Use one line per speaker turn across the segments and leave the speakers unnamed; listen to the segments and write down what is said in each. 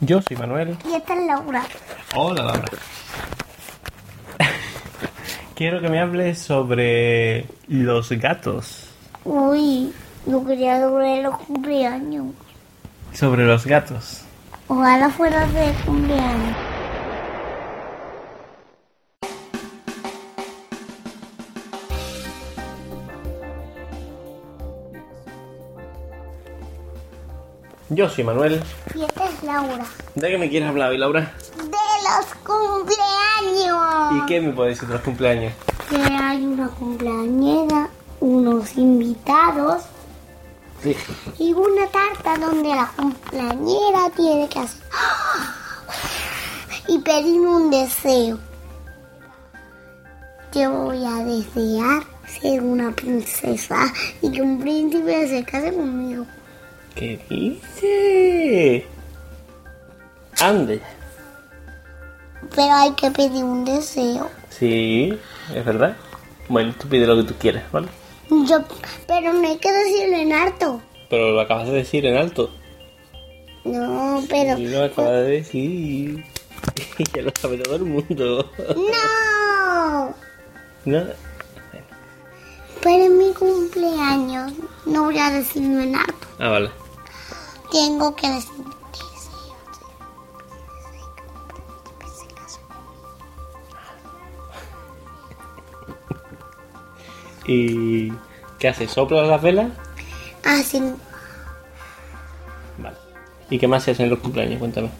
Yo soy Manuel.
Y esta es Laura.
Hola, Laura. Quiero que me hables sobre los gatos.
Uy, yo quería sobre los cumpleaños.
Sobre los gatos.
Ojalá fuera de cumpleaños.
Yo soy Manuel.
Y esta es Laura.
¿De qué me quieres hablar hoy, Laura?
De los cumpleaños.
¿Y qué me puedes decir de los cumpleaños?
Que hay una cumpleañera, unos invitados
Sí.
y una tarta donde la cumpleañera tiene que hacer y pedir un deseo. Yo voy a desear ser una princesa y que un príncipe se case conmigo.
¿Qué dice? Ande.
Pero hay que pedir un deseo.
Sí, es verdad. Bueno, tú pide lo que tú quieras, ¿vale?
Yo, pero no hay que decirlo en harto.
Pero lo acabas de decir en alto.
No, pero.
Y lo acabas de decir. ya lo sabe todo el mundo.
¡No!
¿No?
Pero en mi cumpleaños no voy a decirlo en harto.
Ah, vale.
Tengo que decir.
¿Y qué haces? ¿Soplas las velas?
Así.
Vale. ¿Y qué más se hace en los cumpleaños? Cuéntame.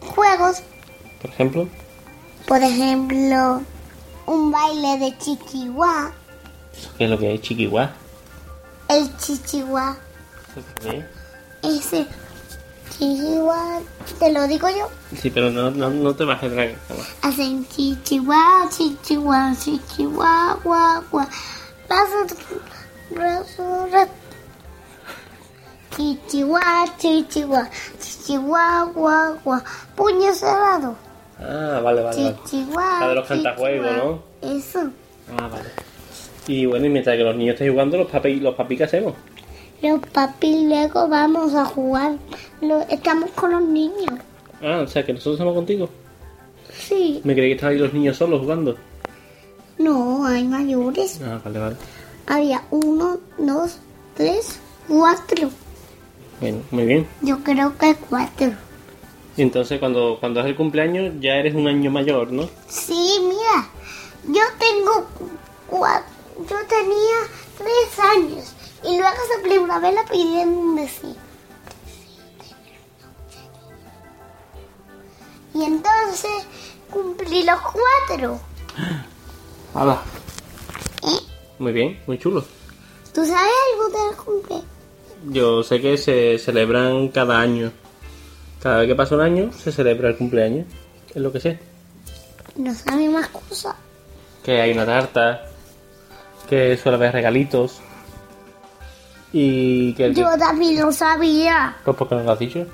Juegos,
Por ejemplo,
por ejemplo, un baile de chichihuá.
¿qué es lo que es chiquihuá?
El chichihuá.
¿Eso qué
Ese. Chichihuá. Te lo digo yo.
es? Sí, pero no, no, no te bajes de la cama.
Hacen chichihuá, chichihuá, chichihuá, guá, guá. Brazo, brazo, brazo. Chichihuá, chichihuá, chichihuá, guá, guá. Puño cerrado.
Ah, vale, vale. vale.
Chichihuá.
La de los
chichihuá.
cantajuegos, ¿no?
Eso.
Ah, vale. Y bueno, y mientras que los niños estén jugando, los papi, los papi, ¿qué hacemos?
Los papis luego vamos a jugar. Lo- estamos con los niños.
Ah, o sea, que nosotros estamos contigo.
Sí.
Me creí que estaban ahí los niños solos jugando.
No, hay mayores.
Ah, vale, vale.
Había uno, dos, tres, cuatro.
Bueno, muy bien.
Yo creo que cuatro.
Y entonces, cuando, cuando es el cumpleaños, ya eres un año mayor, ¿no?
Sí, mira. Yo tengo cuatro. Yo tenía tres años. Y luego soplé una vela pidiendo un deseo. Y entonces cumplí los cuatro.
Hala.
¿Eh?
Muy bien, muy chulo.
¿Tú sabes algo de los cumpleaños?
Yo sé que se celebran cada año. Cada vez que pasa un año, se celebra el cumpleaños. Es lo que sé.
No sabes más cosas.
Que hay una tarta. Que suele haber regalitos. Y que...
Yo también lo sabía.
Pues porque no lo has dicho.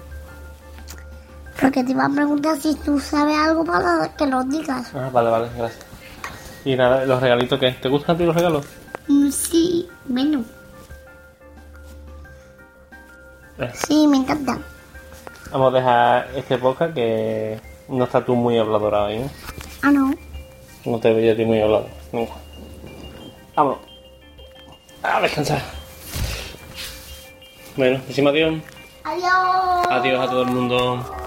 Porque te iba a preguntar si tú sabes algo para que lo digas.
Ah, vale, vale, gracias. Y nada, los regalitos que... ¿Te gustan a ti los regalos?
Mm, Sí, bueno.
Eh.
Sí, me encanta.
Vamos a dejar este podcast que no está tú muy habladora hoy, ¿eh?
Ah, no.
No te veía a ti muy hablado, nunca. Vámonos. A descansar. Bueno, decimos adiós.
Adiós.
Adiós a todo el mundo.